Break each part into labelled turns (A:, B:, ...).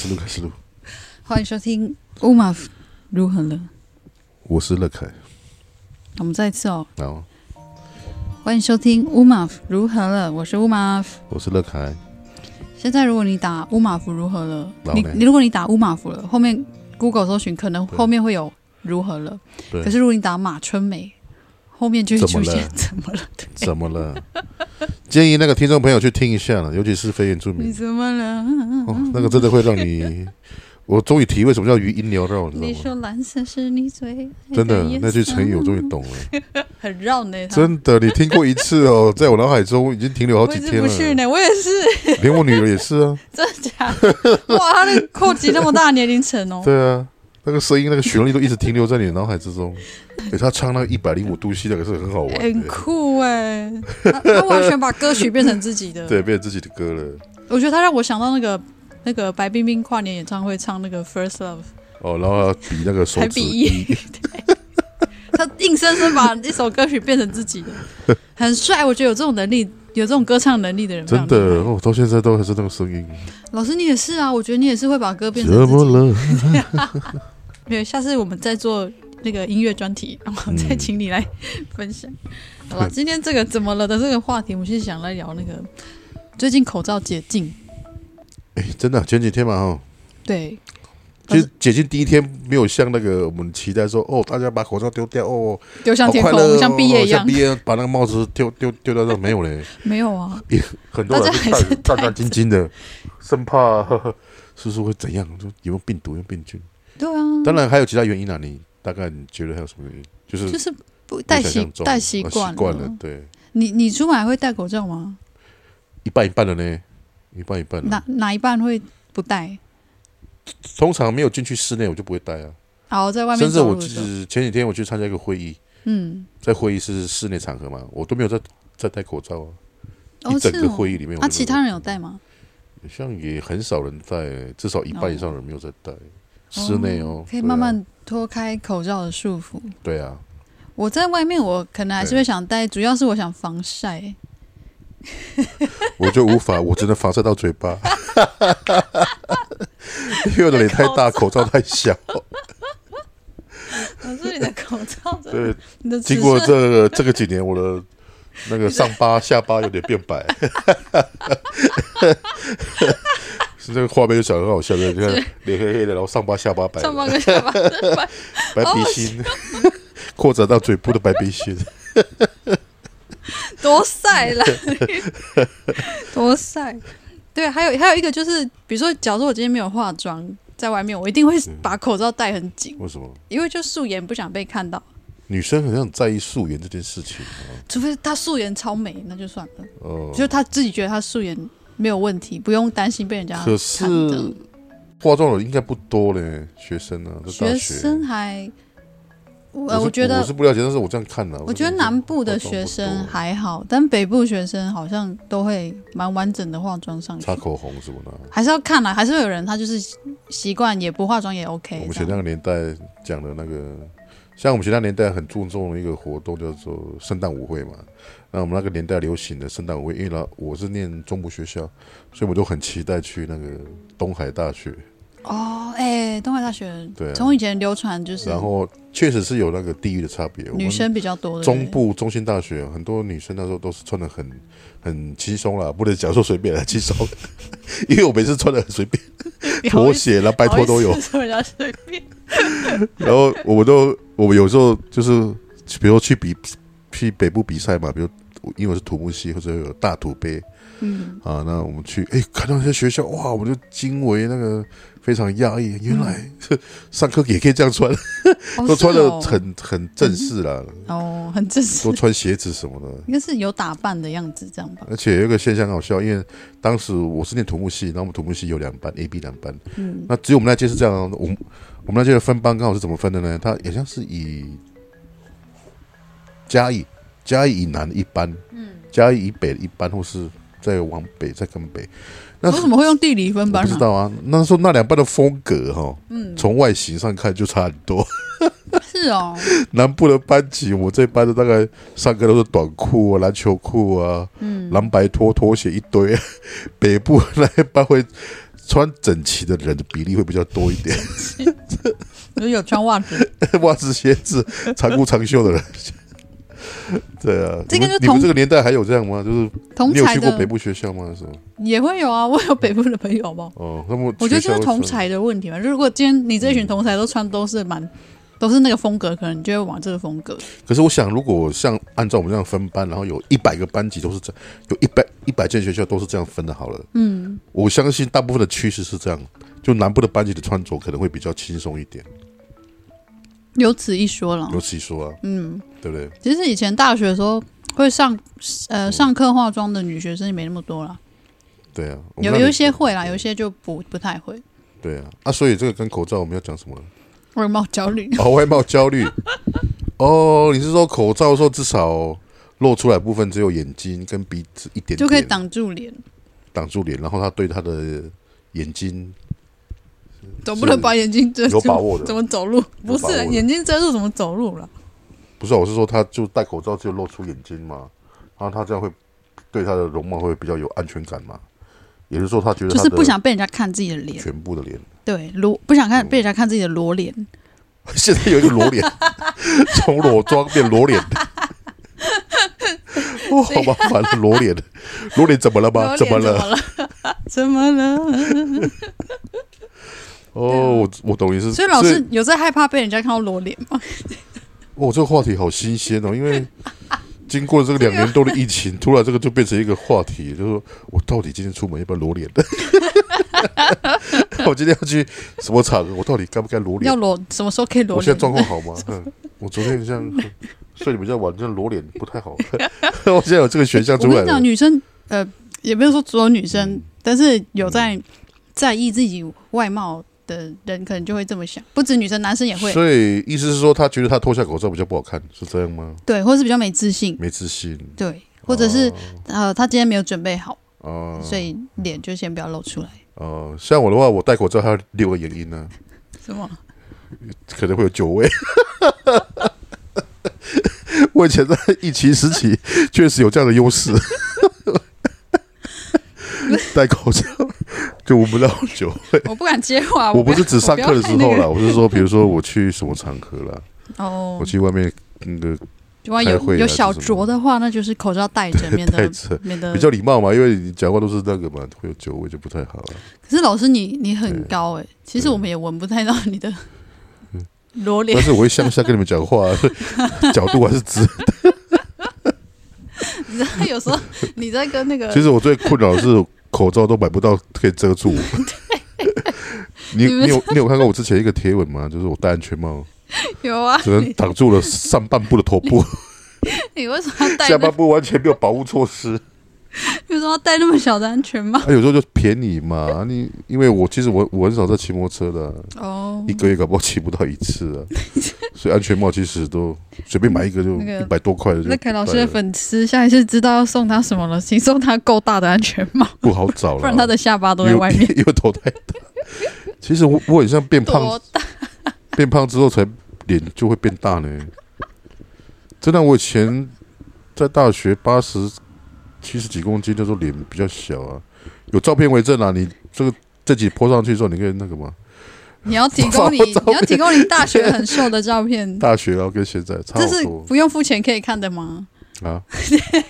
A: 始录，开始录。
B: 欢迎收听乌马夫如何了？
A: 我是乐凯，
B: 我们再一次哦，
A: 然后
B: 欢迎收听乌马夫如何了？我是乌马夫。
A: 我是乐凯，
B: 现在如果你打乌马夫如何了，
A: 然后
B: 你
A: 嘞
B: 你如果你打乌马夫了，后面 Google 搜寻可能
A: 对
B: 后面会有如何了，
A: 对
B: 可是如果你打马春梅，后面就会
A: 怎么
B: 出
A: 了
B: 现 怎么了？对，
A: 怎么了？建议那个听众朋友去听一下了，尤其是非原住
B: 你
A: 民，
B: 怎么了？
A: 嗯哦，那个真的会让你，我终于体会什么叫鱼鹰牛肉，你
B: 你
A: 知道吗？
B: 说蓝色是你最爱
A: 真的
B: 颜，色
A: 那句成语我终于懂了。
B: 嗯很绕呢，它
A: 真的，你听过一次哦，在我脑海中已经停留好
B: 我
A: 几
B: 一直
A: 天
B: 不是
A: 了。
B: 呢，我也是，
A: 连我女儿也是啊，
B: 真的假的？哇，他的扩及那么大年龄层哦，
A: 对啊，那个声音、那个旋律都一直停留在你的脑海之中。诶他唱那个一百零五度 C 那个是很好玩的，
B: 很酷哎、他他完全把歌曲变成自己 的。
A: 对，，变成自己的歌了。
B: 我觉得他让我想到那个那个白冰冰跨年演唱会唱那个《First Love
A: 哦，然后要比那个》，手
B: 还
A: 指
B: 比，一， 对他硬生生把一首歌曲变成自己的， 很帅。我觉得有这种能力，有这种歌唱能力的人，
A: 真的。哦，到现在都还是那个声音。
B: 老师，你也是啊，我觉得你也是会把歌变成
A: 怎
B: 自
A: 么
B: 己的。
A: 了？
B: 对，下次我们再做那个音乐专题，然后再请你来分享。
A: 嗯
B: 好了，今天这个怎么了的这个话题，我们是想来聊那个最近口罩解禁，
A: 哎，真的啊、前几天嘛哈，
B: 对，
A: 其
B: 嗯
A: 实解禁第一天没有像那个我们期待说哦，大家把口罩丢掉哦，
B: 丢向
A: 好
B: 天
A: 快
B: 空，
A: 乐哦，
B: 像毕业一样
A: 像。毕业把那个帽子丢丢丢掉，这没有嘞，
B: 没有啊，
A: 很多人
B: 大家还是
A: 是战战战
B: 戴
A: 兢兢的，生怕呵呵是不是会怎样，说有没有病毒，有没有病菌。
B: 对啊，
A: 当然还有其他原因啊，你大概你觉得还有什么原因？就是
B: 就
A: 没
B: 是不戴
A: 嗯想
B: 习
A: 象中
B: 戴
A: 啊
B: 习
A: 习
B: 惯
A: 惯了，对，
B: 你你出门还会戴口罩吗？
A: 一半一半的呢，一半一半的。
B: 哪哪一半会不戴？
A: 通常没有进去室内，我就不会戴啊。
B: 然后在外面
A: 甚至
B: 走
A: 我
B: 路的时候，
A: 是前几天我去参加一个会议，
B: 嗯，
A: 在会议室室内场合嘛，我都没有在在戴口罩啊。
B: 哦
A: 一
B: 是
A: 整个
B: 哦。
A: 会议里面，我
B: 啊，
A: 都
B: 其
A: 没
B: 他
A: 有
B: 人有戴吗？
A: 像也很少人戴，至少一半以上的人没有在戴。室内哦，
B: 哦可以
A: 对啊
B: 慢慢脱开口罩的束缚。
A: 对啊，
B: 我在外面，我可能还是
A: 对
B: 会想戴，主要是我想防晒。
A: 我就无法，我只能防晒到嘴 巴，因为我的脸太大，口罩太小。
B: 可是你的口罩真的，
A: 对，
B: 你的尺
A: 经过
B: 寸
A: 这个这个几年，我的那个上巴、下巴有点变白。 是这个画面就想得很好笑的，你看脸黑黑的，然后上巴、下巴白的，
B: 上半个下巴，哦
A: 白鼻心， 扩展到嘴部的白鼻心。
B: 多晒 啦，多晒。对，还有还有一个就是，比如说，假如说我今天没有化妆，在外面，我一定会把口罩戴很紧，
A: 为什么
B: 因为就素颜不想被看到，
A: 女生好像很在意素颜这件事情啊？
B: 除非她素颜超美，那就算了，
A: 哦、
B: 就她自己觉得她素颜没有问题，不用担心被人家
A: 可是
B: 看的。
A: 化妆的应该不多嘞，学生啊，这大
B: 学生还，
A: 我
B: 呃，
A: 是
B: 我觉
A: 我
B: 得
A: 是不了解，但是我这样看的、
B: 我觉得南部的学生还好，但北部学生好像都会蛮完整的化妆上去
A: 擦。口红什么的啊。
B: 还是要看啦，还是会有人他就是习惯也不化妆也 OK
A: 我们
B: 这
A: 前那
B: 样。
A: 个年代讲的那个，像我们前那个年代很注重的一个活动叫做圣诞舞会嘛。那我们那个年代流行的圣诞舞会，因为呢我是念中部学校，所以我都很期待去那个东海大学。
B: 哦，哎、东海大学
A: 对啊、
B: 从以前流传就是
A: 然后确实是有那个地域的差别。我
B: 女
A: 们
B: 生比较多的
A: 中部中心大学很多女生那时候都是穿的很很轻松啦，不能讲说随便啦，轻松， 因为我每次穿的很随便，拖鞋啦、白拖都有。
B: 说人家随便。
A: 然后我们都，我们有时候就是，比如说去比去北部比赛嘛，比如因为我是土木系，或者有大土杯
B: 嗯，
A: 啊，那我们去，哎，看到那些学校，哇，我们就惊为那个非常讶异，原来、 上课也可以这样穿，
B: 嗯 哦
A: 都穿
B: 是
A: 的
B: 哦
A: 很、很正式啦，
B: 哦，很正式
A: 都，穿鞋子什么的。
B: 应该是有打扮的样子这样吧。
A: 而且有一个现象很好笑，因为当时我是念土木系，然后我们土木系有两班 A、B 两班，
B: 嗯，
A: 那只有我们那届是这样哦，我们我们那届的分班刚好是怎么分的呢？它好像是以嘉义嘉义以南一班，嗯，嘉义以北一班，或是再往北再更北。那
B: 为什么会用地理分
A: 我
B: 班
A: 不知
B: 呢？
A: 道啊，那时候那两班的风格哈、哦，嗯，从外形上看就差很多。
B: 是哦，
A: 南部的班级，我这班的大概上课都是短裤啊、篮球 裤啊、嗯、蓝白拖拖鞋一堆。北部那一班会穿整齐的人的比例会比较多一点，
B: 有有穿袜子，
A: 袜子、鞋子、长裤、长袖的人。 对啊，
B: 这
A: 你
B: 个
A: 们
B: 就
A: 你们
B: 同
A: 这个年代还有这样吗？就是
B: 同
A: 你有
B: 才
A: 去过北
B: 的
A: 部学校吗？还是什么？
B: 也会有啊，我有北部的朋友，好不 好？
A: 哦，那么
B: 我觉得
A: 学
B: 就是
A: 校
B: 同
A: 会
B: 才的问题嘛。就如果今天你这
A: 嗯
B: 群同才都穿都是蛮都是那个风格，可能你就会往这个风格。
A: 可是我想，如果像按照我们这样分班，然后有一百个班级都是这样，有一百一百间学校都是这样分的，好了，嗯，我相信大部分的趋势是这样，就南部的班级的穿着可能会比较轻松一点，
B: 有此一说了
A: 尤，其说啊，
B: 嗯，
A: 对不对？
B: 其实以前大学的时候会上
A: 嗯
B: 呃上课化妆的女学生也没那么多啦，
A: 对啊，我们
B: 有
A: 那里
B: 有一些会啦，有一些就不不太会。
A: 对啊，啊，所以这个跟口罩我们要讲什么 了？
B: 外貌焦虑，
A: 哦，外貌焦虑。哦，你是说口罩的时候至少露出来的部分只有眼睛跟鼻子一点点，
B: 就可以挡住脸，
A: 挡住脸，然后他对他的眼睛
B: 总不能把眼睛遮住。
A: 有把握的
B: 怎么走路？不
A: 有把握
B: 是
A: 的
B: 眼睛遮住怎么走路了？
A: 不是啊，我是说他就戴口罩只有露出眼睛嘛，然后他这样会对他的容貌会比较有安全感嘛，也就是说他觉得
B: 就
A: 他
B: 是
A: 的
B: 不想被人家看自己的脸，
A: 全部的脸，
B: 对裸不想
A: 嗯
B: 看被人家看自己的裸脸。
A: 现在有一个裸 脸，从裸妆变裸脸。哇、好麻烦了，裸脸，裸脸怎么了吗？
B: 裸脸
A: 怎么
B: 怎么
A: 了？
B: 了？怎么 了？
A: 哦，我我懂意思。
B: 啊所以老师有在害怕被人家看到裸脸吗？
A: 哦，这个话题好新鲜哦，因 为经过这个两年多的疫情，突然这个就变成一个话题，就是说我到底今天出门要不要裸 脸的？我今天要去什么场合？我到底该不该裸
B: 要
A: 脸？
B: 裸什么时候可以裸
A: 我现
B: 脸
A: 在？状况好 吗？嗯，我昨天这样睡得比较晚，这样裸脸不太好。 我现在有这个选项
B: 我
A: 出
B: 跟
A: 来
B: 你讲，
A: 了。
B: 女生呃，也不是说所有女生，
A: 嗯
B: 但是有在在意自己外貌的人，可能就会这么想。不止女生，男生也会
A: 所以意思是说，他觉得他脱下口罩比较不好看，是这样吗？
B: 对，或是比较没自信，
A: 没自信
B: 对，或者
A: 哦
B: 是、呃，他今天没有准备好，
A: 啊
B: 所以脸就先不要露出来。
A: 哦、像我的话，我戴口罩还有六个原因呢、
B: 什么？
A: 可能会有酒味。 我以前在疫情时期确实有这样的优势，戴口罩就闻不到酒味。
B: 我不敢接话。
A: 我不是指上课的时候
B: 了
A: 啦，，我是说，比如说我去什么场合啦，
B: 哦
A: 我，去外面那个
B: 如果
A: 开会
B: 有
A: 啊
B: 有小
A: 是什么
B: 酌的话，那就是口罩戴着，免
A: 戴
B: 得
A: 着
B: 免得
A: 比较礼貌嘛，因为你讲话都是那个嘛，会有酒味就不太好了。
B: 可是老师你，你很
A: 对
B: 高哎、其实
A: 对嗯
B: 我们也闻不太到你的裸脸
A: 但，是我会向下跟你们讲话，角度 还是直。
B: 你知道有时候你在跟 那个
A: 其实我最困扰的是口罩都买不到可以遮 住我。你
B: 你们
A: 你有你有看过我之前一个贴文吗？就是我戴安全帽，
B: 有啊，
A: 只能挡住了上半部的头部，
B: 你为什么要 戴
A: 下
B: 那？
A: 半部完全没有保护措 施。
B: 你为什么要戴那么小的安全帽？
A: 啊，有时候就便宜嘛，你因为我其实我我很少在骑摩托车的啊，
B: 哦
A: 一，个月搞不好骑不到一次 啊，所以安全帽其实都随便买一个就
B: 那个
A: 一百多块的就
B: 那凯老师的
A: 戴了
B: 粉丝下一次知道要送他什么了，请送他够大的安全帽，
A: 不好找了，
B: 不然他的下巴都
A: 因
B: 在
A: 为
B: 外 面。
A: 因为头太大。其实我我很像变胖
B: 多大？
A: 变胖之后才脸就会变大呢。真的，我以前在大学八十七十几公斤，那时候脸比较小啊，有照片为证啊。你这个这几泼上去之后，你可以那个嘛，
B: 你要提供你
A: 我照片
B: 你要提供你大学很瘦的照 片，
A: 大学啊跟现在差好
B: 这是
A: 多
B: 不用付钱可以看的吗？
A: 啊。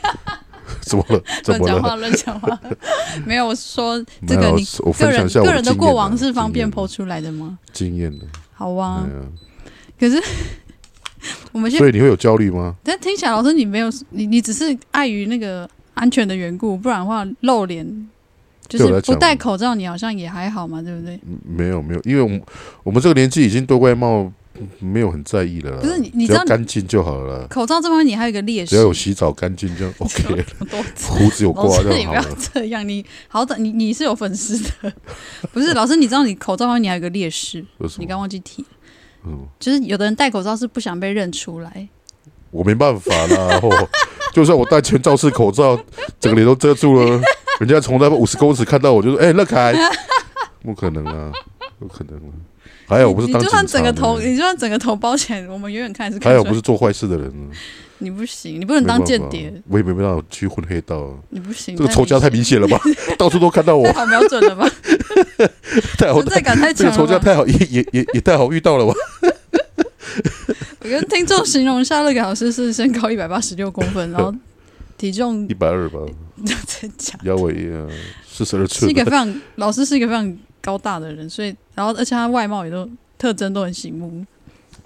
A: 怎么 了？怎
B: 乱
A: 么
B: 讲
A: 了？
B: 话，乱讲话。 没有，我是说
A: 没
B: 这
A: 有
B: 个你
A: 我
B: 个
A: 分享
B: 人
A: 一下我
B: 个人的
A: 经验啊
B: 过往是方便
A: 经
B: 剖
A: 验
B: 出来的吗？
A: 经验的，
B: 好啊，
A: 对啊。
B: 可是 我们先，
A: 所以你会有焦虑吗？
B: 但听起来老师你没有，你你只是碍于那个安全的缘故，不然的话露脸就
A: 对我来
B: 是
A: 讲
B: 不戴口罩，你好像也还好嘛，对不对？
A: 嗯没有没有，因为我们我们这个年纪已经对外貌嗯没有很在意了啦。
B: 不是你你
A: 只
B: 知道
A: 要
B: 你
A: 干净就好了啦，
B: 口罩这方面你还有一个劣势
A: 只要，有洗澡干净就 OK 了。
B: 我多次。
A: 胡子有
B: 老
A: 挂
B: 师，
A: 就
B: 哦你
A: 好
B: 不要
A: 了。
B: 这样，你好歹你你是有粉丝的， 不是老师？你知道你口罩方面你还有一个劣势，
A: 有什
B: 你
A: 么
B: 刚忘记提，
A: 嗯，
B: 就是有的人戴口罩是不想被认出来，
A: 我没办法啦， 哦，就算我戴全罩式口罩，整个脸都遮住 了，人家从那五十公尺看到我，就说：“哎、乐凯，不可能啊，不可能啊。”还有我不是
B: 你
A: 当
B: 你就
A: 警察
B: 算整个头，
A: 呢
B: 你就算整个头包起来，我们远远看还是看
A: 还有
B: 出来
A: 不是做坏事的人呢，
B: 你不行，你不能当间
A: 没
B: 谍
A: 办，法，我也没办法去混黑道啊，
B: 你不行。
A: 这个仇家太明显了吧，到处都看到我
B: 太，好瞄准了吧？
A: 太好
B: 存，在感太
A: 哎 这
B: 强
A: 个仇家
B: 了吧。
A: 太好，也也也也太好遇到了吧？
B: 我跟听众形容一下，乐凯老师是身高一百八十六公分，然后体重
A: 一百二吧，
B: 真假？
A: 腰围四十二
B: 是
A: 寸
B: 一，个非常老师是一个非常高大的人，所以然后而且他外貌也都特征都很醒目，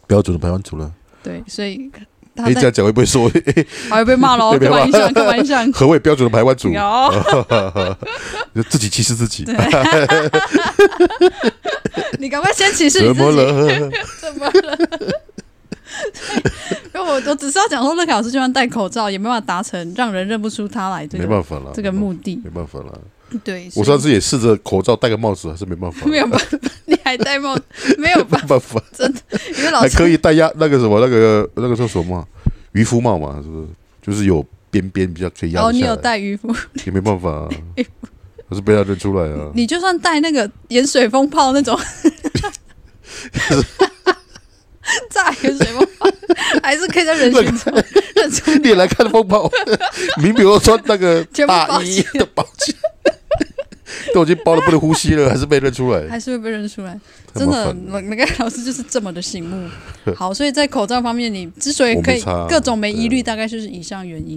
A: 标准的排湾族了。
B: 对，所以他
A: 哎，这
B: 在
A: 样讲会不会说 哎
B: 还会被骂喽？
A: 会 被
B: 开
A: 骂，
B: 玩笑，开玩笑 哦
A: 何谓标准的排湾族？
B: 有
A: 就 自己歧视自己，哎
B: 你赶快先歧视
A: 怎
B: 你自己
A: 么，了？
B: 怎么了？ 因为我我只是要讲说，乐凯老师就算戴口罩，也没办法达成让人认不出他来这
A: 没
B: 个
A: 办法了，
B: 这个目的。
A: 没办法了。
B: 对，
A: 我
B: 所以
A: 上次也试着口罩戴个帽子，还是没办法，
B: 没有办法，你还戴帽子，没有
A: 没办
B: 办法，
A: 法，
B: 因为老
A: 还
B: 师
A: 可以戴鸭那个什么那个那个叫什么啊渔夫帽嘛，是不是？就是有边边比较可以压
B: 哦，
A: 得
B: 你有
A: 下来，
B: 戴渔夫，
A: 也没办法 啊，还是被他认出来啊。
B: 你就算戴那个盐水风炮那 种，炸盐水风炮，还是可以在人群中认出 你。
A: 你来看风 暴，明明我穿那个
B: 全部
A: 大
B: 包
A: 衣
B: 起
A: 的包 巾，都已经包的不能呼吸了，还是被认出来，
B: 还是会被认出来，
A: 太
B: 真
A: 麻
B: 的
A: 烦，了。
B: 那那个老师就是这么的醒 目。好，所以在口罩方面，你之所以可以
A: 我没差
B: 各种没疑虑，
A: 对
B: 大概就是以上原因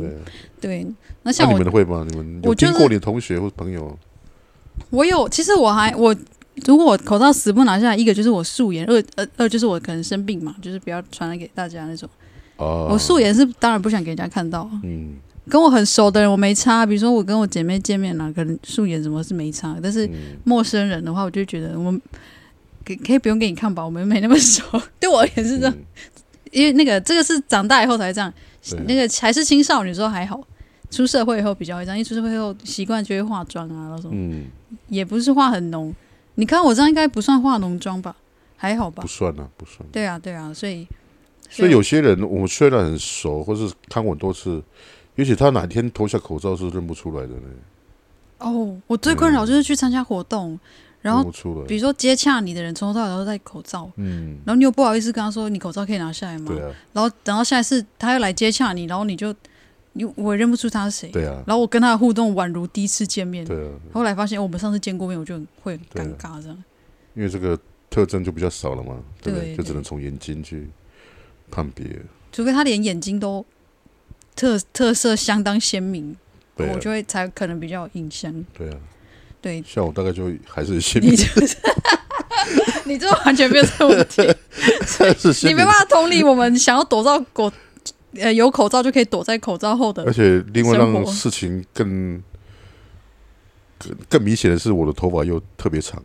A: 对。，
B: 对，那
A: 那
B: 像
A: 你
B: 我
A: 们会吗？你们有
B: 我就
A: 听
B: 是
A: 过你的同学或朋友
B: 我有，其实我还我如果我口罩死不拿下来，一个就是我素颜，二呃二就是我可能生病嘛，就是不要传染给大家那种。
A: 啊？
B: 我素颜是当然不想给人家看到啊，
A: 嗯，
B: 跟我很熟的人我没差，比如说我跟我姐妹见面啦，可能素颜什么是没差，但是
A: 嗯
B: 陌生人的话，我就觉得我们可可以不用给你看吧，我们没那 么熟。对我而言是这样，
A: 嗯
B: 因为那个这个是长大以后才这样
A: 对，
B: 那个还是青少年的时候还好。出社会以后比较会这样，因为出社会后习惯就会化妆啊，然后什么
A: 嗯，
B: 也不是化很浓。你看我这样应该不算化浓妆吧？还好吧
A: 不？算啊，不算。
B: 对啊，对啊，所以
A: 所以有些人，我们虽然很熟，或是看过很多次，也许他哪天脱下口罩是认不出来的呢，
B: 哦，我最困扰就是去参加活动，然
A: 认
B: 后
A: 不出
B: 比
A: 来。
B: 如说接洽你的人从头到尾都戴口罩，
A: 嗯，
B: 然后你又不好意思跟他说你口罩可以拿下来吗？
A: 对啊，
B: 然后等到下一次他又来接洽你，然后你就你我也认不出他是谁，
A: 对啊，
B: 然后我跟他的互动宛如第一次见面。
A: 对啊，
B: 后来发现、哦我们上次见过面，我就很会
A: 对
B: 很
A: 啊
B: 尴尬这样。
A: 因为这个特征就比较少了嘛，对不
B: 对
A: 对？就只
B: 对
A: 能从眼睛去判别。啊
B: 除非他连眼睛都特特色相当鲜明，
A: 对
B: 我
A: 啊，
B: 就会才可能比较有印象。
A: 对啊，
B: 对，
A: 像我大概就还 是先
B: 你就是你这完全没有 这个问题，
A: 还是先
B: 你没办法同理我们想要躲到口呃有口罩就可以躲在口罩后的
A: 而。且另外
B: 生
A: 让
B: 活
A: 事情更更更明显的是，我的头发又特别长，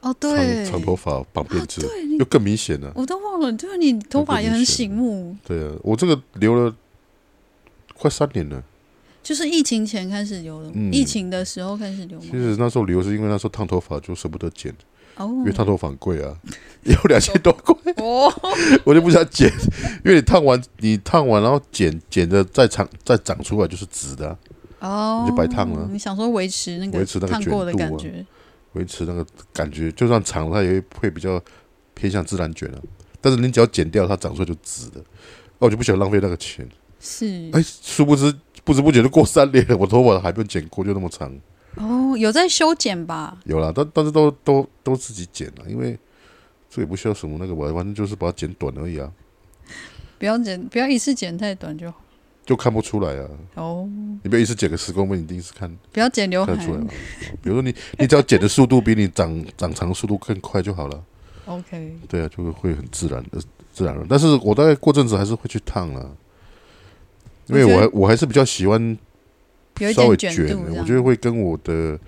B: 哦，
A: 长
B: 对，哦啊
A: 长头发绑辫子，
B: 对哦你
A: 又更明显了。
B: 我都忘了，对啊你头发也很醒目，
A: 对啊，我这个留了快三年了。
B: 就是疫情前开始留的，
A: 嗯
B: 疫情的时候开始留
A: 其
B: 吗？
A: 实那时候留是因为那时候烫头发就舍不得剪，
B: 哦，
A: 因为烫头发很贵啊，有两千多块，
B: 哦，
A: 我就不想剪，因为你烫完你烫完然后剪剪的再长再长出来就是直的啊、
B: 哦，
A: 你就白烫了
B: 你想说维持那个
A: 维持那个
B: 烫过的
A: 卷度啊
B: 感觉，
A: 维持那个感觉，就算长了它也会比较偏向自然卷了、但是你只要剪掉，它长出来就直的。那我就不想浪费那个钱。
B: 是
A: 哎，殊不知不知不觉就过三年了，我头发还没有剪过，就那么长。
B: 哦，有在修剪吧？
A: 有啦，但但是都都都自己剪了，因为这也不需要什么那个吧，反正就是把它剪短而已啊，
B: 不要剪，不要一次剪太短就好。
A: 就看不出来啊。
B: 哦，
A: 你不要一次剪个十公分，你一定是看
B: 不要剪刘
A: 看得
B: 海
A: 出来嘛。比如说你你只要剪的速度比你长 长长速度更快就好了。
B: ，OK。
A: 对啊，就会会很自然的自然了。但是我大概过阵子还是会去烫了，因为
B: 我觉
A: 我
B: 得
A: 还我还是比较喜欢
B: 有一
A: 稍微
B: 点
A: 卷
B: 度这
A: 的，
B: 样，
A: 我觉得会跟我的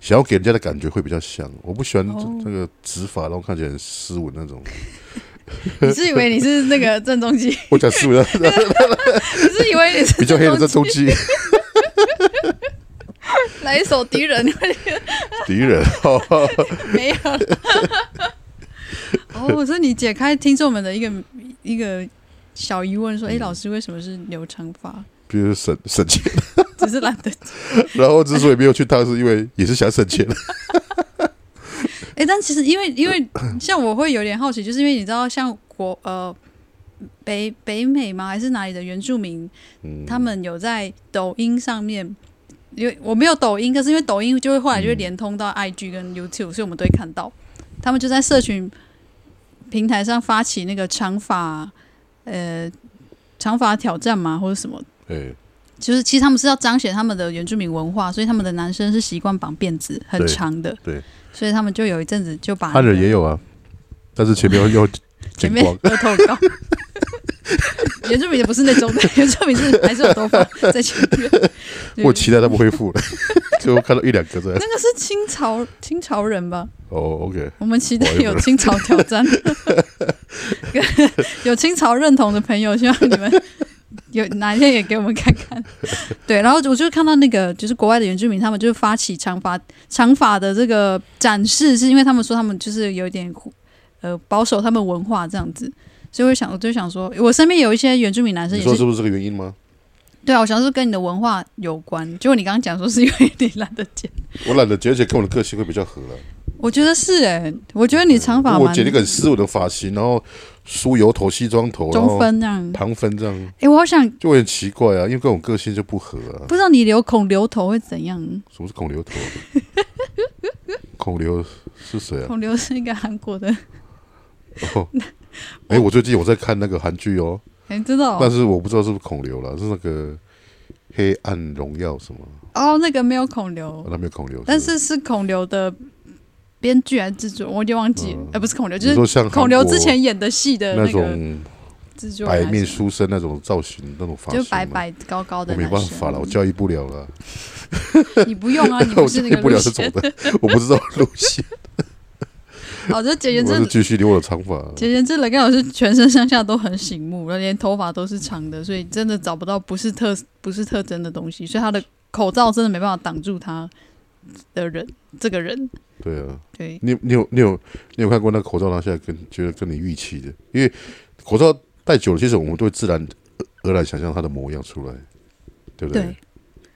A: 想要给人家的感觉会比较像。我不喜欢
B: 哦
A: 这那个直发，然后看起来很斯文那种。
B: 你是以为你是 那个郑中基，
A: 我讲斯 文，
B: 你是以为你是
A: 比较黑的在
B: 郑
A: 中
B: 中
A: 期
B: 基来一首敌人，
A: 敌人。
B: 没有了。 哦，我说你解开听众们的一个一个小疑问，说，
A: 嗯
B: 哎，老师为什么是留长发？
A: 比如省省钱，
B: 只是懒得。
A: 然后之所以没有去烫，是因为也是想省钱。
B: 哎，但其实因为因为像我会有点好奇，就是因为你知道，像国呃北北美吗？还是哪里的原住民，
A: 嗯，
B: 他们有在抖音上面有我没有抖音，可是因为抖音就会后来就会连通到
A: 嗯
B: IG 跟 YouTube，、所以我们都会看到他们就在社群平台上发起那个长发呃长发挑战嘛，或者什么。
A: 哎，
B: 就是其实他们是要彰显他们的原住民文化，所以他们的男生是习惯绑辫子，很
A: 对
B: 长的。
A: 对
B: 所以他们就有一阵子就把
A: 汉人
B: 那个
A: 也有啊，但是前面要要
B: 前
A: 剪
B: 面
A: 光
B: 有，头高。原住民也不是那种的，原住民是还是有头发在前 面。对
A: 我期待他们恢复了， 就看到一两个在
B: 那 个是清朝清朝人吧？
A: 哦，OK，
B: 我们期待有清朝挑战， 有清朝认同的朋友，希望你们有哪一天也给我们看看。对，然后我就看到那个就是国外的原住民，他们就是发起长发长发的这个展示，是因为他们说他们就是有一点呃保守他们文化这样子。所以我想，我就想说，我身边有一些原住民男生
A: 你
B: 也
A: 说
B: 是
A: 是不是这个原因吗？
B: 对啊，我想说跟你的文化有关。结果你刚刚讲说是因为你懒得剪，
A: 我懒得剪，而且跟我的个性会比较合了。
B: 我觉得是诶、我觉得你长发
A: 我
B: 蛮
A: 剪了一个很斯文的发型，然后梳油头、西装头，然
B: 中
A: 后
B: 分这样。哎
A: 旁分这样，
B: 诶、我好想
A: 就会很奇怪啊，因为跟我个性就不合啊。
B: 不知道你留孔留头会怎样？
A: 什么是孔刘 头？孔刘是谁啊？
B: 孔留是一个韩国的，
A: 哦，哎，我最近有在看那个韩剧哦，
B: 哎、知道
A: 但
B: 哦
A: 是我不知道是不是孔刘了，是那个《黑暗荣耀》什么？
B: 哦，那个没有孔
A: 哦
B: 留，
A: 那没有孔刘，
B: 但是是孔留的编剧还是制作，我有点忘记了，呃，不是孔留，
A: 不嗯
B: 就是
A: 你
B: 是
A: 说像韩
B: 孔留
A: 国
B: 之前演的戏的
A: 那
B: 那个
A: 种
B: 制作人
A: 白
B: 还
A: 面
B: 是
A: 书啊生那种造型、那种发
B: 什么，
A: 型
B: 就
A: 嘛，
B: 是白白高高
A: 我
B: 的
A: 没
B: 男
A: 办
B: 生。
A: 法了，我教育不了了，
B: 你不用啊，你
A: 我
B: 不是
A: 教
B: 那
A: 育
B: 个
A: 不
B: 路
A: 了这
B: 线
A: 种。的，我不知道路线，
B: 哦，就简言
A: 我
B: 之
A: 是，继续留我的长发。
B: 简言之，雷根老师全身上下都很醒目，连头发都是长的，所以真的找不到不是特不是特征的东西，所以他的口罩真的没办法挡住他的人，这个人。
A: 对啊，
B: 对，
A: 你你有你有你有看过那个口罩拿下来跟觉得跟你预期的，因为口罩戴久了，其实我们都会自然而然想象它的模样出来，对不
B: 对？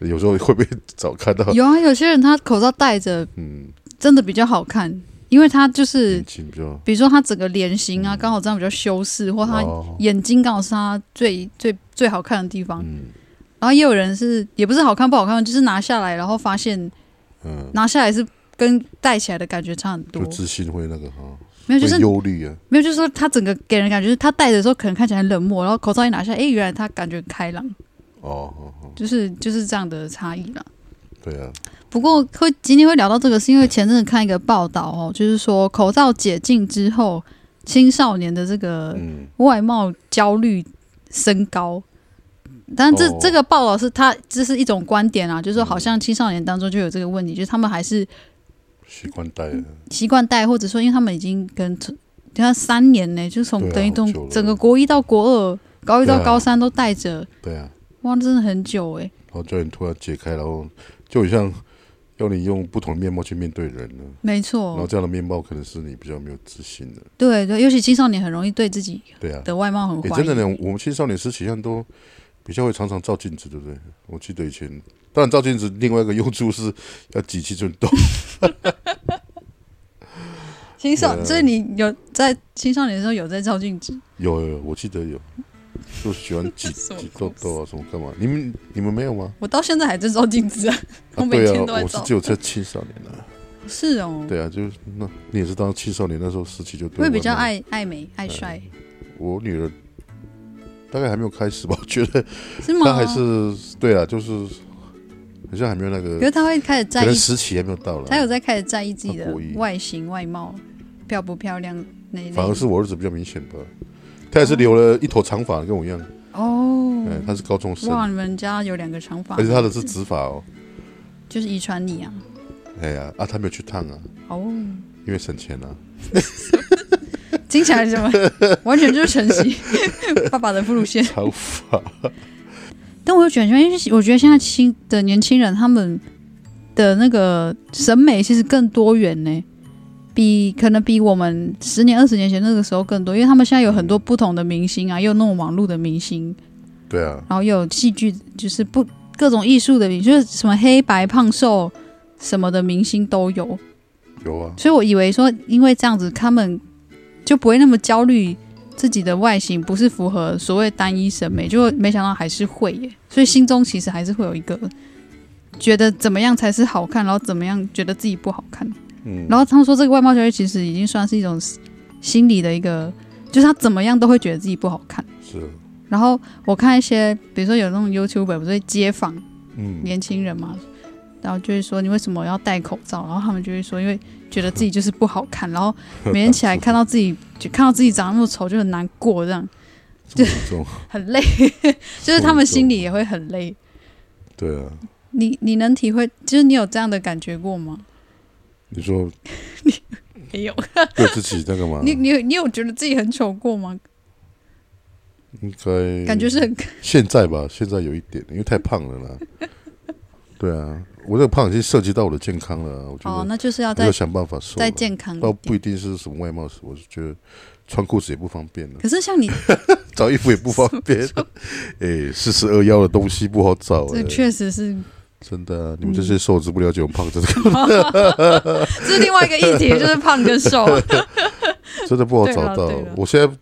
A: 有时候会被 早看到，
B: 有啊，有些人他口罩戴着
A: 嗯，
B: 真的比较好看，因为他就是
A: 眼睛比较
B: 比如说他整个脸型啊，刚好这样比较修饰，或他
A: 哦，
B: 眼睛刚好是他最最最好看的地方。
A: 嗯
B: 然后也有人是也不是好看不好看，就是拿下来然后发现
A: 嗯，
B: 拿下来是跟戴起来的感觉差很多
A: 就，自信会那个哈，
B: 没有就是
A: 会忧虑啊，
B: 没有就是说他整个给人感觉是他戴的时候可能看起来很冷漠，然后口罩一拿下来，哎，原来他感觉开朗，
A: 哦哦，哦
B: 就是就是这样的差异啦。
A: 对啊，
B: 不过会今天会聊到这个，是因为前阵子看一个报道哦，就是说口罩解禁之后，青少年的这个
A: 嗯，
B: 外貌焦虑升高。但这、
A: 哦
B: 这个报道是他这是一种观点啊，就是说
A: 嗯
B: 好像青少年当中就有这个问题，就是他们还是
A: 习惯戴啊，
B: 习惯戴，或者说因为他们已经跟你看啊三年呢，就是从、
A: 对啊
B: 等
A: 好
B: 于
A: 久
B: 从
A: 了
B: 整个国一到国二，高一
A: 对啊
B: 到高三都戴着，
A: 对啊，
B: 哇，真的很久哎、
A: 然后叫你突然解开，然后就很像要你用不同的面貌去面对人呢、
B: 没
A: 然后
B: 错，
A: 这样的面貌可能是你比较没有自信的，
B: 对对，尤其青少年很容易对自己
A: 对啊，
B: 的外貌很
A: 诶，
B: 怀疑，
A: 真的呢，我们青少年时期上都比较会常常照镜子，对不对？我记得以前，当然照镜子另外一个用处是要挤气寸 动，
B: 青少，
A: 对啊
B: 所以你有在青少年的时候有在照镜子，
A: 有有有，我记得有，就喜欢挤
B: 什么
A: 挤痘痘啊什么干嘛？你们你们没有吗？
B: 我到现在还在照镜子啊，我
A: 啊，
B: 每
A: 对
B: 天都
A: 啊，
B: 在
A: 我是
B: 照，
A: 只有在青少年啊，
B: 是哦，
A: 对啊，就是那你也是当青少年那时候时期就对
B: 会比
A: 我
B: 较
A: 那
B: 爱爱美爱帅，
A: 我女儿。大概还没有开始吧，我觉得
B: 是吗？
A: 她还是对啊，就是好像还没有那个
B: 可，是他会开始在
A: 可
B: 意
A: 能，时期还没有到了。
B: 他有在开始在意自己
A: 他
B: 的
A: 故意
B: 外形外貌漂不漂亮那一类的，
A: 反而是我儿子比较明显吧。他也是留了一头长发，跟我一样。
B: 哦
A: 嗯、，他是高中生，
B: 哇，你们家有两个长发，
A: 而且他的是直发哦。
B: 就是遗传你啊，
A: 哎呀，啊，他没有去烫啊，
B: 哦，
A: 因为省钱啊。
B: 听起来怎么 完全就是晨曦 爸爸的副路线。
A: 长发，
B: 但我有觉得，因为我觉得现在新的年轻人他们的那个审美其实更多元呢、比可能比我们十年、二十年前那个时候更多，因为他们现在有很多不同的明星啊，又有那种网络的明星，
A: 对啊，
B: 然后又有戏剧，就是不各种艺术的明星，就是什么黑白胖瘦什么的明星都有。
A: 有啊，
B: 所以我以为说，因为这样子，他们就不会那么焦虑自己的外形不是符合所谓单一审美，就没想到还是会耶。所以心中其实还是会有一个觉得怎么样才是好看，然后怎么样觉得自己不好看。
A: 嗯，
B: 然后他们说，这个外貌焦虑其实已经算是一种心理的一个，就是他怎么样都会觉得自己不好看。
A: 是，啊
B: 然后我看一些，比如说有那种 YouTuber 不是会街访
A: 嗯，
B: 年轻人嘛，然后就会说你为什么要戴口罩？然后他们就会说，因为觉得自己就是不好看，然后 每天起来看到自己，就看到自己长那么丑就很难过，这样
A: 这么严重，
B: 很累， 就是他们心里也会很累。
A: 对啊，
B: 你你能体会，就是你有这样的感觉过吗？
A: 你说
B: 没有，，
A: 对自己那个嘛
B: 你你有你有觉得自己很丑过吗？
A: 应该
B: 感觉是很
A: 现在吧，现在有一点，因为太胖了啦。 对啊，我这个胖已经涉及到我的健康了，啊我觉
B: 哦，
A: 得
B: 那就是
A: 我
B: 要
A: 要
B: 再
A: 想办法瘦了
B: 再。健康
A: 倒
B: 一
A: 啊哦不
B: 点。
A: 一定是什么外貌，我是觉得穿裤子也不方便了，
B: 可是像你
A: 找衣服也不方便。 哎，四十二腰的东西不好找
B: 这
A: 哎，
B: 确实 嗯是，
A: 真的啊，你们这些瘦子不了解我们胖 子，
B: 这是另外一个议题，就是胖跟瘦。啊
A: 真的不好找到
B: 对了啊对了。
A: 我现在，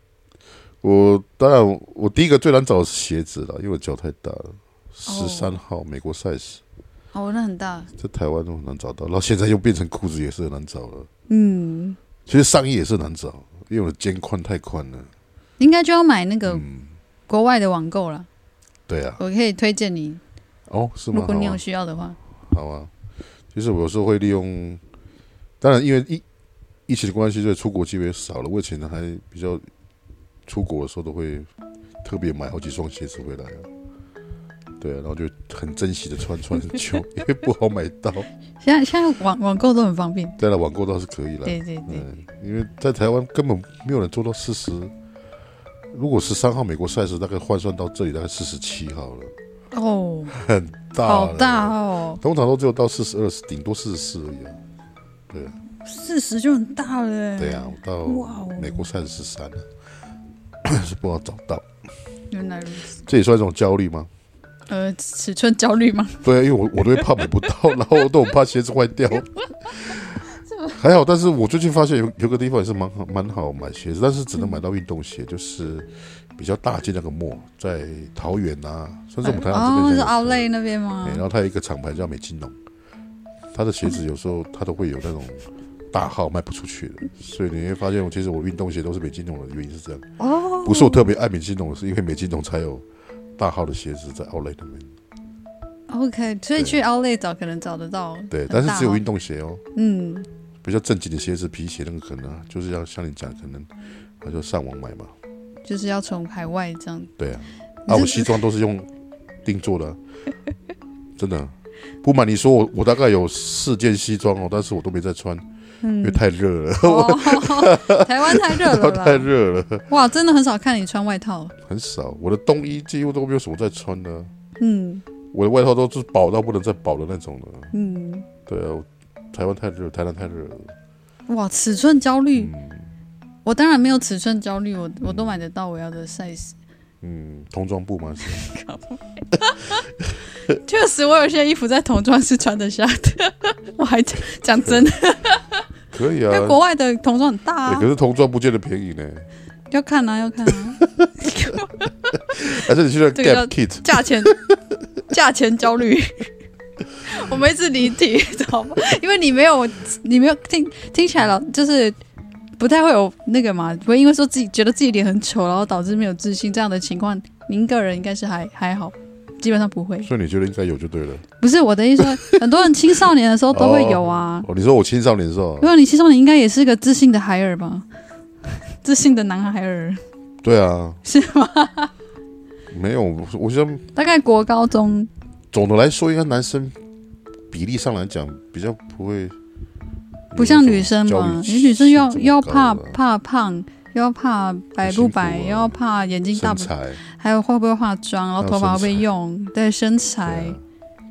A: 我当然，我第一个最难找的是鞋子了，因为我脚太大了，十三号美国 size，
B: 哦，那很大。
A: 在台湾都很难找到，然后现在又变成裤子也是很难找了。
B: 嗯，
A: 其实上衣也是难找，因为我的肩宽太宽了。
B: 应该就要买那个
A: 嗯，
B: 国外的网购了。
A: 对啊，
B: 我可以推荐你，
A: 哦，是
B: 如
A: 吗？
B: 果你
A: 好
B: 有
A: 啊
B: 需要的话。
A: 好啊，其实我有时候会利用，当然因为疫疫情的关系，所以出国机会少了。我以前还比较出国的时候都会特别买好几双鞋子回来啊。对啊，然后就很珍惜的穿穿很 久，因为不好买到。
B: 现在现在网网购都很方便。
A: 当然网购倒是可以啦，
B: 对对对，
A: 嗯，因为在台湾根本没有人做到四十。如果十三号美国赛事大概换算到这里大概四十七号了，
B: 哦，
A: 很大，
B: 好大。哦，
A: 通常都只有到四十二，顶多四十四而已、啊。对啊，
B: 四十就很大了。
A: 对啊，，我
B: 哇
A: 到
B: 哦
A: 美国三十三了， 是不好找到。
B: 原来如此。
A: 这也算一种焦虑吗？
B: 呃，尺寸焦虑吗？
A: 对啊，因为我我都会怕买不到， 然后我都很怕鞋子坏掉。还好，但是我最近发现有有个地方也是蛮好蛮好买鞋子，但是只能买到运动鞋，就是比较大件那个墨，在桃园啊，甚至我们台湾这
B: 哦，
A: 边
B: 是
A: 现在
B: 奥
A: 有
B: 莱那边吗
A: 哎、？然后它有一个厂牌叫美津浓，它的鞋子有时候它都会有那种大号卖不出去的，所以你会发现我其实我运动鞋都是美津浓的原因是这样，
B: 哦，
A: 不是我特别爱美津浓，是因为美津浓才有大号的鞋子在奥莱那边，
B: OK，所以去 Outlet 找可能找得到。
A: 对，
B: 很大
A: 但是只有
B: 吗
A: 运动鞋哦，
B: 嗯，
A: 比较正经的鞋子皮鞋那个可能、啊、就是要像你讲，可能他就上网买嘛，
B: 就是要从海外这样。
A: 对啊，
B: 你
A: 啊
B: 是
A: 我西装都是用定做的啊、 真的啊。不瞒你说，我我大概有四件西装哦，但是我都没在穿，因
B: 嗯
A: 为，太热了。
B: 哦， 台湾太热了
A: 太
B: 啦！
A: 热了，
B: 哇，真的很少看你穿外套。
A: 很少。我的冬衣几乎都没有什么在穿的，啊
B: 嗯
A: 我的外套都是薄到不能再薄的那种了。
B: 嗯，
A: 对啊，我台湾太热，台南太热了。
B: 哇，尺寸焦虑，
A: 嗯
B: 我当然没有尺寸焦虑，我我都买得到我要的 size。
A: 嗯，童装部吗？是
B: 确实，我有些衣服在童装是穿得下的。 我还讲讲真的，
A: 可以
B: 因
A: 啊，
B: 为国外的童装很大
A: 欸
B: 啊
A: 可，是童装不见得便宜呢。
B: 要看啊要看啊，
A: 而且你去了
B: 这个要
A: Gap Kit，
B: 价钱价钱焦虑。 我们一直离题，知道吗？因为你没有，你没有听听起来了，就是不太会有那个嘛，不会因为说自己觉得自己脸很丑，然后导致没有自信这样的情况，您个人应该是还还好，基本上不会。
A: 所以你觉得应该有就对了。
B: 不是我的意思说，很多人青少年的时候都会有啊。
A: 哦，你说我青少年的时候
B: 如，果你青少年应该也是个自信的孩儿吧，自信的男孩儿
A: 对啊，
B: 是吗？
A: 没有，我我觉得
B: 大概国高中
A: 总的来说，应该男生比例上来讲比较不会，
B: 不像女生嘛，
A: 焦
B: 因为
A: 虑
B: 女生又要
A: 这么
B: 又要
A: 高
B: 怕
A: 了
B: 怕胖，又要怕白不白，
A: 很辛苦啊
B: 又要怕眼睛
A: 身
B: 大不，
A: 材，
B: 还有会不会化妆，然后
A: 还有
B: 头发会
A: 身
B: 不会用，对身材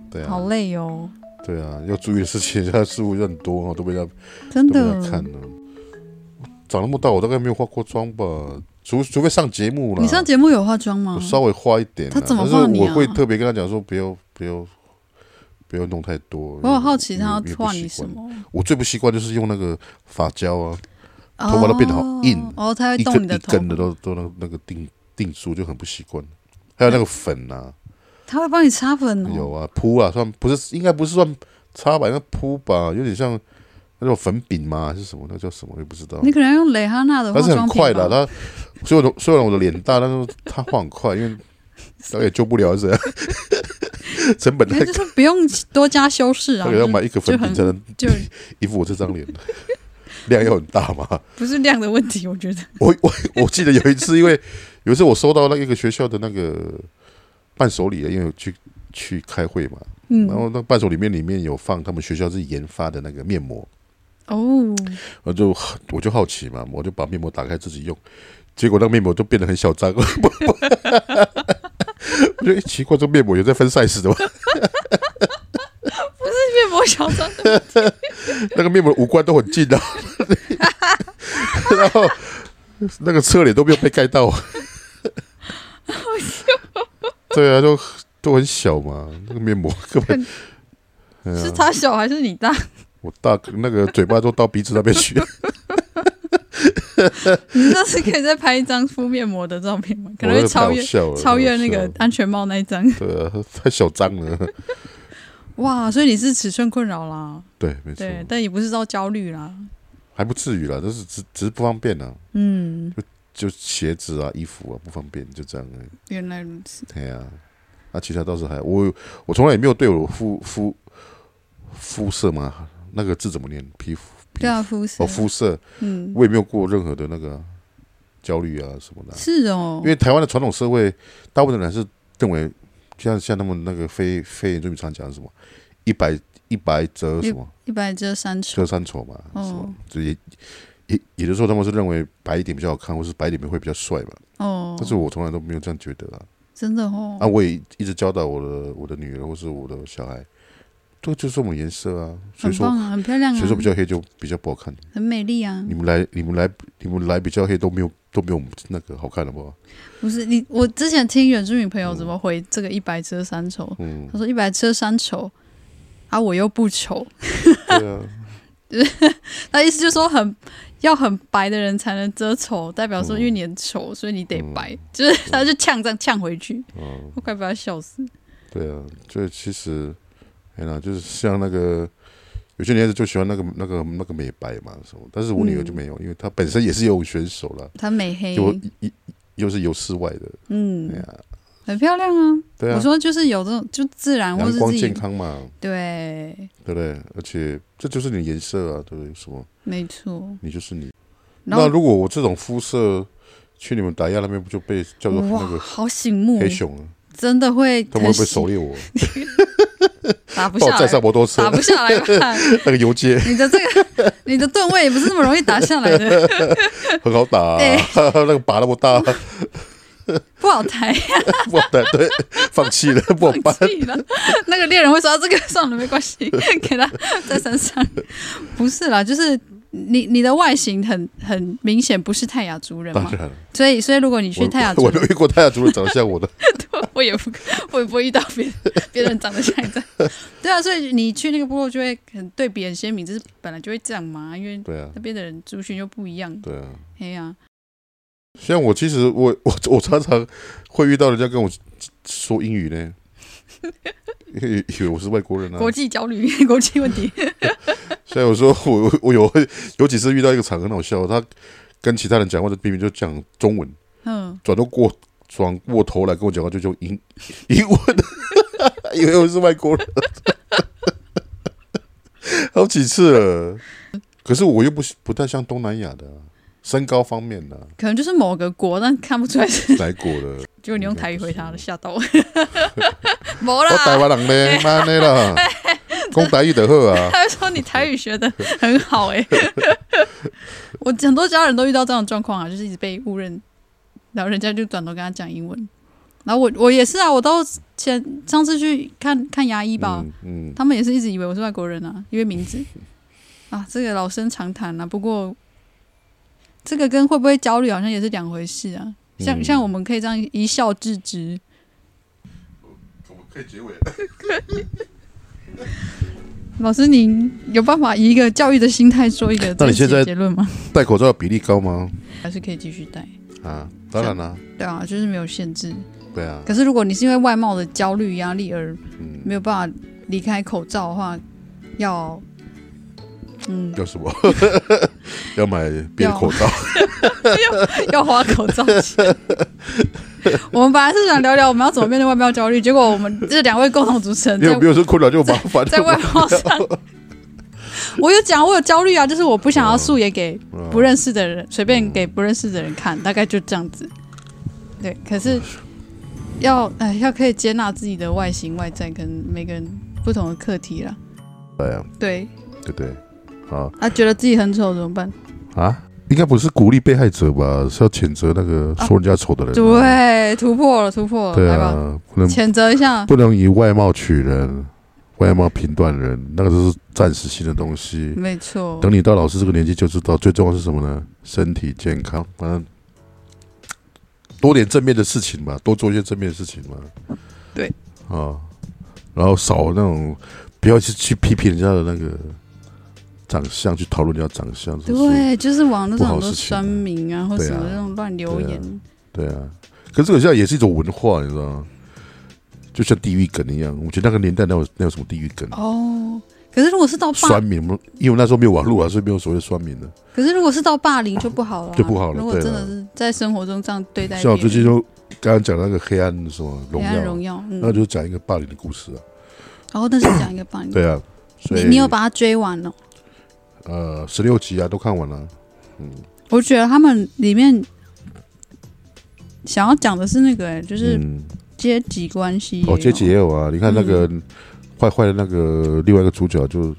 A: 对，啊，对啊
B: 好，累哦，
A: 对啊，要注意的事情，现在事物很多哦，都被人家
B: 真
A: 都被人家
B: 的
A: 看。了。长那么大，我大概没有化过妆吧，除除非上节目了。
B: 你上节目有化妆
A: 我
B: 吗？
A: 稍微化一点啦，
B: 他怎么
A: 但
B: 化
A: 是
B: 你啊
A: 我会特别跟他讲说，不要不要不要弄太多。
B: 我有好奇
A: 因为
B: 他
A: 因为
B: 要
A: 不
B: 画
A: 习
B: 你
A: 惯
B: 什么，
A: 我最不习惯就是用那个发胶啊，头发都变得好硬
B: 哦，他会
A: 一
B: 动
A: 根
B: 你
A: 一
B: 的头
A: 根，的都都那那个定定住，就很不习惯。还有那个粉啊，
B: 他会帮你擦粉哦。
A: 有啊，铺啊，算不是应该不是算擦吧，应该铺吧，有点像那种粉饼嘛，还是什么？那叫什么？我也不知道。
B: 你可能要用蕾哈娜的化
A: 但是
B: 妆
A: 很快
B: 品吧。
A: 的啊，他虽然我的虽然我的脸大，但是他画很快， 因为他也救不了是啊 成本
B: 因
A: 太
B: 为
A: 高，
B: 就是不用多加修饰
A: 他
B: 啊，
A: 可能要
B: 就
A: 买一个粉饼才能
B: 就
A: 衣服我这张脸， 量要很大嘛。
B: 不是量的问题，我 觉得。
A: 我我我记得有一次，因为有一次我收到那一个学校的那个伴手礼，啊因为我去去开会嘛，
B: 嗯
A: 然，后那伴手里面里面有放他们学校自己研发的那个面膜，
B: 哦，
A: 我就我就好奇嘛，我就把面膜打开自己用，结果那个面膜就变得很小张，我 觉得、诶奇怪，这面膜有在分 size 的吗？
B: 面膜小 张，
A: 那个面膜五官都很近的、 然后那个侧脸都没有被盖到，对啊，就都很小嘛，那个面膜根本。对啊
B: 是他小还是你 大？
A: 我大那个嘴巴都到鼻子那边去，
B: 你下次可以再拍一张敷面膜的照片吗？ 可能
A: 我
B: 会
A: 那
B: 超越
A: 太好笑了
B: 超越那个
A: 太
B: 安全帽那一张。
A: 好笑了对啊，太小张了。
B: 哇，所以你是尺寸困扰啦，
A: 对，没错，
B: 对，但也不是到焦虑啦。
A: 还不至于啦，但是只只是不方便啊，
B: 嗯，
A: 就鞋子啊、衣服啊不方便，就这样而已。
B: 原来如此。
A: 对呀、啊，那其他倒是还我我从来也没有对我肤肤肤色嘛，那个字怎么念？皮肤皮
B: 对啊，肤色
A: 哦，，肤色，
B: 嗯，
A: 我也没有过任何的那个焦虑啊什么的啊。
B: 是哦
A: 因，为台湾的传统社会，大部分人还是认为，像像他们那个非非原住民常讲的什么“一白一白遮什么
B: 一百遮三尺
A: 遮三丑”嘛，
B: 哦
A: 什么就也也也就是说他们是认为白一点比较好看，或是白一点会比较帅嘛。
B: 哦
A: 但，是我从来都没有这样觉得啊。
B: 真的哦
A: 啊，。我也一直教导我的我的女儿或是我的小孩，这就是我们颜色啊。所以
B: 很
A: 说，
B: 棒啊，很漂亮啊，
A: 所以说比较黑就比较不好看。
B: 很美丽啊
A: 你。们来，你们来，你们来比较黑都没有都没有我们那个好看，好不好？
B: 不是你，我之前听原住民朋友怎么回这个一百遮三丑，
A: 嗯
B: 他，说一百遮三丑，啊我又不丑，
A: 对啊，
B: 那意思就是说很要很白的人才能遮丑，代表说
A: 嗯
B: 因为你很丑，所以你得白，
A: 嗯
B: 就是他就呛这样呛回去，
A: 嗯。
B: 我快把他笑死。
A: 对啊，就其实，哎呀，就是像那个有些女孩子就喜欢那个那个那个美白嘛什么，但是我女儿就没有，
B: 嗯
A: 因为她本身也是游泳选手啦，
B: 他美黑，
A: 就一又是游室外的，哎
B: 嗯，
A: 呀，
B: 很漂亮啊。
A: 对啊
B: 我，说就是有这种就自然或
A: 阳
B: 是
A: 光
B: 自
A: 健
B: 己
A: 康嘛，
B: 对，
A: 对不对？而且这就是你的颜色啊，对不对？什么，
B: 没错。
A: 你就是你。
B: 然
A: 那
B: 后
A: 如果我这种肤色去你们达亚那边，不就被叫做
B: 哇嗯
A: 那，个
B: 好醒目
A: 黑，熊了？
B: 真的会
A: 他们会
B: 很
A: 不会
B: 喜
A: 狩猎我？
B: 打 不
A: 把我
B: 下
A: 载上
B: 来，
A: 摩托车
B: 打，不下来吧？
A: 啊 那个游街
B: 你的这个，你的吨位也不是那么容易打下来 的，
A: 很好打啊，
B: 对
A: 那个靶那么大，
B: 不好抬，
A: 不好打，对，放弃 了，不好办
B: 放。弃了。那个猎人会说、啊这个算了，没关系， 给他在身上。 不是啦，就是你你的外形很很明显不是泰雅族人嘛
A: 当，然了，
B: 所以所以如果你
A: 我
B: 去泰雅
A: 我
B: 族
A: 我没
B: 人，
A: 有遇过泰雅族人长得像我的，
B: 我也不我也不会遇到别人别人长得像你这样。 对啊，所以你去那个部落就会很对比很鲜明，这是本来就会这样嘛，因为
A: 对啊，
B: 那边的人族群又不一样。
A: 对啊。
B: 哎呀、
A: 像我其实我我我常常会遇到人家跟我说英语呢， 因为以为我是外国人啊
B: 国。际焦虑， 国际问题。
A: 所以我说我我我有有几次遇到一个场合很好笑，他跟其他人讲话，他明明就讲中文，
B: 嗯，
A: 转头过转过头来跟我讲话就就英英文，以为我是外国人，好几次了。可是我又不不太像东南亚的啊、身高方面的啊、
B: 可能就是某个国，但看不出 来是
A: 来过的，
B: 结果你用台语回
A: 应该
B: 他，
A: 不是
B: 吓到我。没
A: 我台
B: 啦，
A: 湾人嘞，妈的啦，讲台语就好 啊。
B: 他就说你台语学的很好 哎、我很多家人都遇到这种状况啊，就是一直被误认，然后人家就转头跟他讲英文。然后我我也是啊，我到前上次去看看牙医吧，
A: 嗯嗯，
B: 他们也是一直以为我是外国人啊，因为名字啊，这个老生常谈啊。不过这个跟会不会焦虑好像也是两回事啊。像、
A: 嗯
B: 像我们可以这样一笑置之，
A: 我们可以结尾了。啊
B: 老师，您有办法以一个教育的心态做一个
A: 那你现
B: 这
A: 在
B: 个结论吗？
A: 戴口罩的比例高吗？
B: 还是可以继续戴？
A: 啊，当然啦、
B: 对啊，就是没有限制。
A: 对啊，
B: 可是如果你是因为外貌的焦虑压力而
A: 嗯，
B: 没有办法离开口罩的话，要嗯
A: 要什么？ 要买别的口罩，
B: 要花口罩钱。我们本来是想聊聊我们要怎么面对外貌焦虑，结果我们这两位共同主持 人
A: 因为
B: 在
A: 没有这困扰就麻烦了。
B: 在外貌上， 我有讲我有焦虑啊，就是我不想要素颜给
A: 嗯
B: 不认识的人，随便给不认识的人看，大概就这样子。对，可是要哎要可以接纳自己的外形、外在跟每个人不同的课题啦。
A: 对 啊，
B: 对，
A: 对对，啊
B: 啊，觉得自己很丑怎么办？
A: 啊，应该不是鼓励被害者吧？是要谴责那个说人家丑的人啊。
B: 对，突破了，突破了，
A: 对
B: 来吧，
A: 啊，不能
B: 谴责一下。
A: 不能以外貌取人，外貌评断人，那个都是暂时性的东西。
B: 没错，
A: 等你到老师这个年纪就知道，最重要是什么呢？身体健康，反正多点正面的事情嘛，多做一些正面的事情嘛。
B: 对
A: 啊，然后少那种，不要去去批评人家的那个长相，去讨论人家长相。是不是
B: 对，就是网络上
A: 不
B: 很
A: 好
B: 多
A: 事情啊
B: 酸民啊，或
A: 对啊
B: 什么那种乱留
A: 对啊
B: 言，
A: 对啊，可这个现在也是一种文化，你知道吗？就像地狱梗一样，我觉得那个年代哪有哪有什么地狱梗？
B: 哦，可是如果是到霸
A: 啊酸，民，我们因为我们那时候没有网络啊，所以没有所谓的酸民的。
B: 可是如果是到霸凌就不好了啊，
A: 就不好了
B: 如果
A: 对
B: 真
A: 啊
B: 的是在生活中这样对待别
A: 像我
B: 人，
A: 最近就刚刚讲那个黑暗什么荣
B: 黑暗
A: 耀
B: 荣
A: 啊，
B: 耀，嗯，
A: 那就讲一个霸凌的故事啊。
B: 然后但是讲一个霸凌，
A: 对啊，所
B: 你
A: 以
B: 你有把它追完哦了？
A: 呃十六集啊都看完了，
B: 我觉得他们里面想要讲的是那个，哎就是
A: 嗯，
B: 阶级关系也有，嗯
A: 哦阶级也有啊，你看那个坏坏的那个另外一个主角就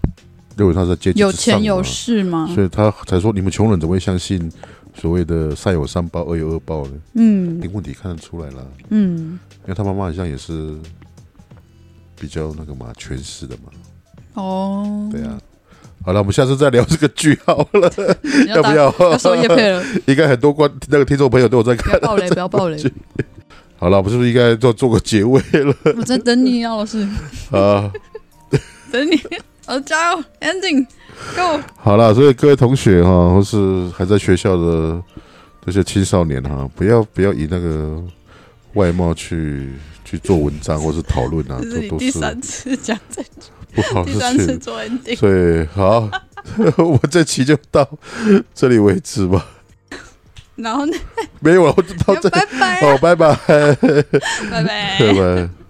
A: 认为他在阶级
B: 有
A: 之上
B: 钱有
A: 嘛
B: 势嘛，
A: 所以他才说你们穷人怎么会相信所谓的善有善报恶有恶报呢？
B: 嗯
A: 那问题看得出来啦，
B: 嗯，
A: 因为他妈妈好像也是比较那个嘛权势的嘛，
B: 嗯哦，
A: 对啊。好了，我们下次再聊这个剧好了，要
B: 打
A: 不要？
B: 要收叶配了，
A: 应该很多观那个听众朋友都有在
B: 不
A: 看
B: 要。暴雷，不 要暴雷，
A: 好了，我们是不是应该做做个结尾 了
B: 我在等你，姚老师，
A: 啊？
B: 等 你，我加油，ending，go，
A: 好了，所以各位同学哈、或是还在学校的这些青少年哈、不要不要以那个外貌去去做文章或是讨论啊，
B: 这是
A: 都
B: 你
A: 都
B: 第
A: 是
B: 三次讲这，
A: 不好的
B: 第三次
A: 事
B: 做
A: 情。
B: ending，
A: 所以好， 我们这期就到这里为止吧。
B: 然后呢，
A: 没有了，我就到这里
B: 拜拜啊，
A: 哦，拜拜，
B: 拜拜
A: 拜。拜。